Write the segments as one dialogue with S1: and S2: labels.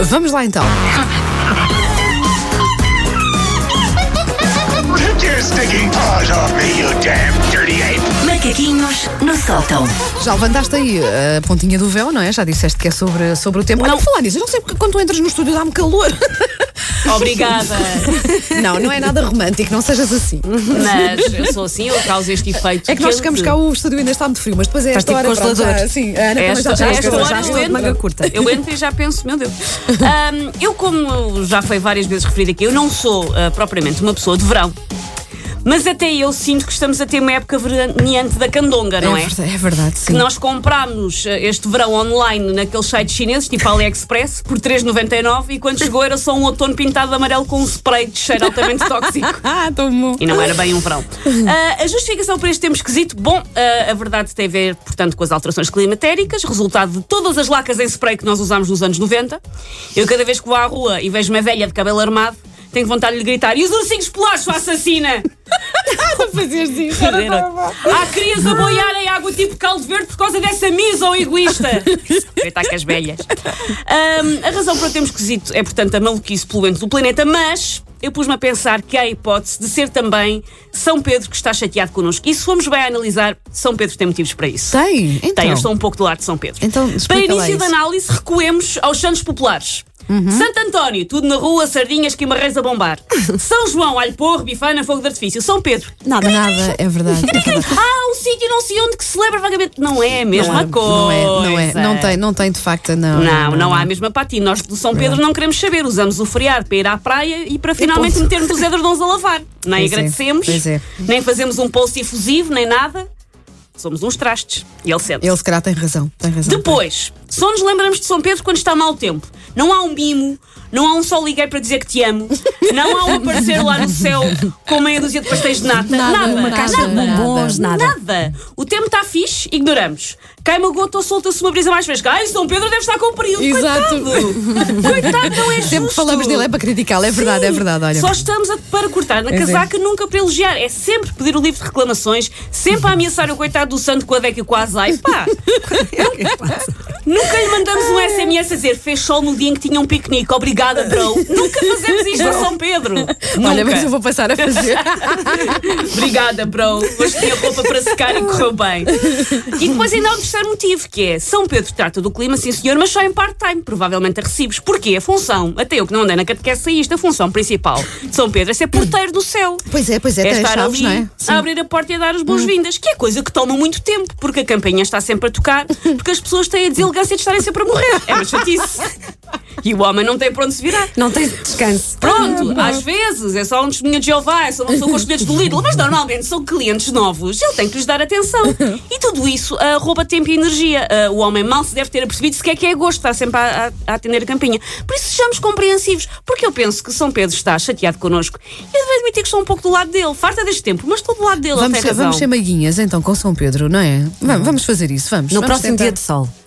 S1: Vamos lá então.
S2: Take your stinking paws off me, you damn dirty ape!
S3: Macaquinhos no sótão.
S1: Já levantaste aí eh, a pontinha do véu, não é? Já disseste que é sobre, sobre o tempo. Não. Ah, não, falar nisso, eu não sei porque quando tu entras no estúdio dá-me calor.
S4: Obrigada. Uhum.
S1: Não, não é nada romântico, não sejas assim.
S4: Mas eu sou assim, eu causo este efeito.
S1: É que nós
S4: quente.
S1: chegamos cá, o estúdio ainda está muito frio, mas depois é esta
S4: tipo
S1: hora. pronto,
S4: congelador.
S1: já- Sim, a Ana também
S4: Esta,
S1: já está
S4: esta
S1: descansada,
S4: hora
S1: já
S4: eu
S1: estou de
S4: entro,
S1: manga curta.
S4: Eu entro e já penso, meu Deus. Ahm, eu, como já foi várias vezes referido aqui, eu não sou ah, propriamente uma pessoa de verão. Mas até eu sinto que estamos a ter uma época veraneante da candonga, não é?
S1: É verdade, é verdade, sim.
S4: Que nós comprámos ah, este verão online naqueles sites chineses, tipo AliExpress, por 3,99 e quando chegou era só um outono pintado de amarelo com um spray de cheiro altamente tóxico.
S1: Ah, estou bom. Uhum.
S4: E não era bem um verão. Ah, a justificação para este tempo esquisito, bom, ah, a verdade tem a ver, portanto, com as alterações climatéricas, resultado de todas as lacas em spray que nós usámos nos anos 90. Eu, cada vez que vou à rua e vejo uma velha de cabelo armado, tenho vontade de lhe gritar: e os ursinhos polares, sua assassina!
S1: Não fazias isso.
S4: Há crias a boiar em água tipo caldo verde por causa dessa misa ou egoísta. Coitar com as velhas. Ahm, a razão para o termo esquisito é, portanto, a maluquice poluente do planeta, mas eu pus-me a pensar que há a hipótese de ser também São Pedro que está chateado connosco. E se formos bem a analisar, São Pedro tem motivos para isso.
S1: Tem, então.
S4: Tem, eu estou um pouco do lado de São Pedro.
S1: Então,
S4: para
S1: explica lá
S4: início da
S1: isso. Uhum.
S4: análise, recuemos aos Santos Populares. Santo António, tudo na rua, sardinhas, quimarrões a bombar. São João, alho porro, bifana, fogo de artifício. São Pedro,
S1: Nada, nada, é verdade. é verdade.
S4: ah, o sítio não sei onde que se celebra vagamente. Não é a
S1: Não
S4: mesma
S1: há-
S4: coisa.
S1: Não é, não é. Não tem, não tem de facto, não. é.
S4: Não, não há a mesma patina. Nós do São Pedro não queremos saber. Usamos o feriado para ir à praia e para finalmente
S1: ponto.
S4: metermos os edredons a lavar. Nem
S1: Pois é,
S4: agradecemos,
S1: pois é.
S4: nem fazemos um post efusivo, nem nada. Somos uns trastes. E ele sente.
S1: Ele se calhar tem razão, tem razão.
S4: Depois, só nos lembramos de São Pedro quando está mau tempo. Não há um mimo, não há um só liguei para dizer que te amo, não há um aparecer lá no céu com meia dúzia de pastéis de nata.
S5: Nada,
S4: nada,
S5: uma caixa de
S4: nada,
S5: bombons, nada.
S4: O tempo está fixe, ignoramos. Cai uma gota ou solta-se uma brisa mais fresca. Ai, São Pedro deve estar com um período.
S1: Exato.
S4: Coitado. Coitado, não é justo.
S1: Sempre que falamos dele é para criticá-lo, é verdade,
S4: Sim,
S1: é verdade, olha.
S4: Só estamos a, para cortar na
S1: Pois é.
S4: casaca, nunca para elogiar. É sempre pedir o livro de reclamações, sempre a ameaçar o coitado do santo com a Deca e com a Azai. Pá! nunca lhe mandamos um SMS a dizer fez sol no dia em que tinha um piquenique. Obrigada, bro. nunca fazemos isto a São Pedro.
S1: Olha,
S4: Nunca.
S1: mas eu vou passar a fazer.
S4: Obrigada, bro. Hoje tinha roupa para secar e correu bem. E depois ainda há um terceiro motivo, que é São Pedro trata do clima, sim senhor, mas só em part-time, provavelmente a recibos. Porque a função, até eu que não andei na catequese sei isto, a função principal de São Pedro é ser porteiro do céu.
S1: Pois é, pois é,
S4: É
S1: tem as
S4: estar
S1: chaves,
S4: ali
S1: não é?
S4: a abrir a porta e a dar as boas-vindas, que é coisa que toma muito tempo, porque a campainha está sempre a tocar, porque as pessoas têm a deselegância de estarem sempre a morrer. É uma chatice. E o homem não tem para onde se virar.
S5: Não tem descanso.
S4: Pronto, às vezes é só um testemunho de Jeová, é só uma pessoa com os bilhetes do Lidl, mas normalmente são clientes novos, ele tem que lhes dar atenção. E tudo isso ah, rouba tempo e energia. Ah, o homem mal se deve ter apercebido sequer que é agosto, está sempre a, a- a atender a campinha. Por isso sejamos compreensivos, porque eu penso que São Pedro está chateado connosco. E eu devo admitir que estou um pouco do lado dele, farta deste tempo, mas estou do lado dele,
S1: Vamos
S4: ele
S1: ser,
S4: tem razão.
S1: vamos ser maguinhas então com São Pedro, não é? Vamos, vamos fazer isso, vamos.
S5: Uhum. No
S1: vamos
S5: próximo
S1: tentar.
S5: dia de sol.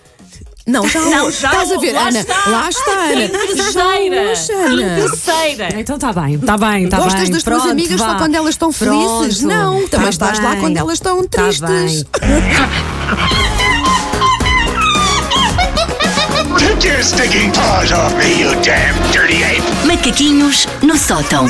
S1: Não, já,
S4: Não, já,
S1: estás a ver,
S4: lá
S1: Ana.
S4: está.
S1: Lá está, Ana.
S4: Em terceira,
S1: Já hoje,
S4: em
S1: Ana.
S4: terceira.
S5: Então está bem, está bem, está bem.
S1: Gostas das tuas
S5: Pronto,
S1: amigas
S5: vá.
S1: só quando elas estão felizes?
S5: Pronto,
S1: Não, também
S5: tá
S1: estás lá
S5: bem,
S1: quando elas estão
S5: tá
S1: tristes.
S5: bem.
S2: Take your stinking paws off me, you damn dirty ape!
S3: Macaquinhos no sótão.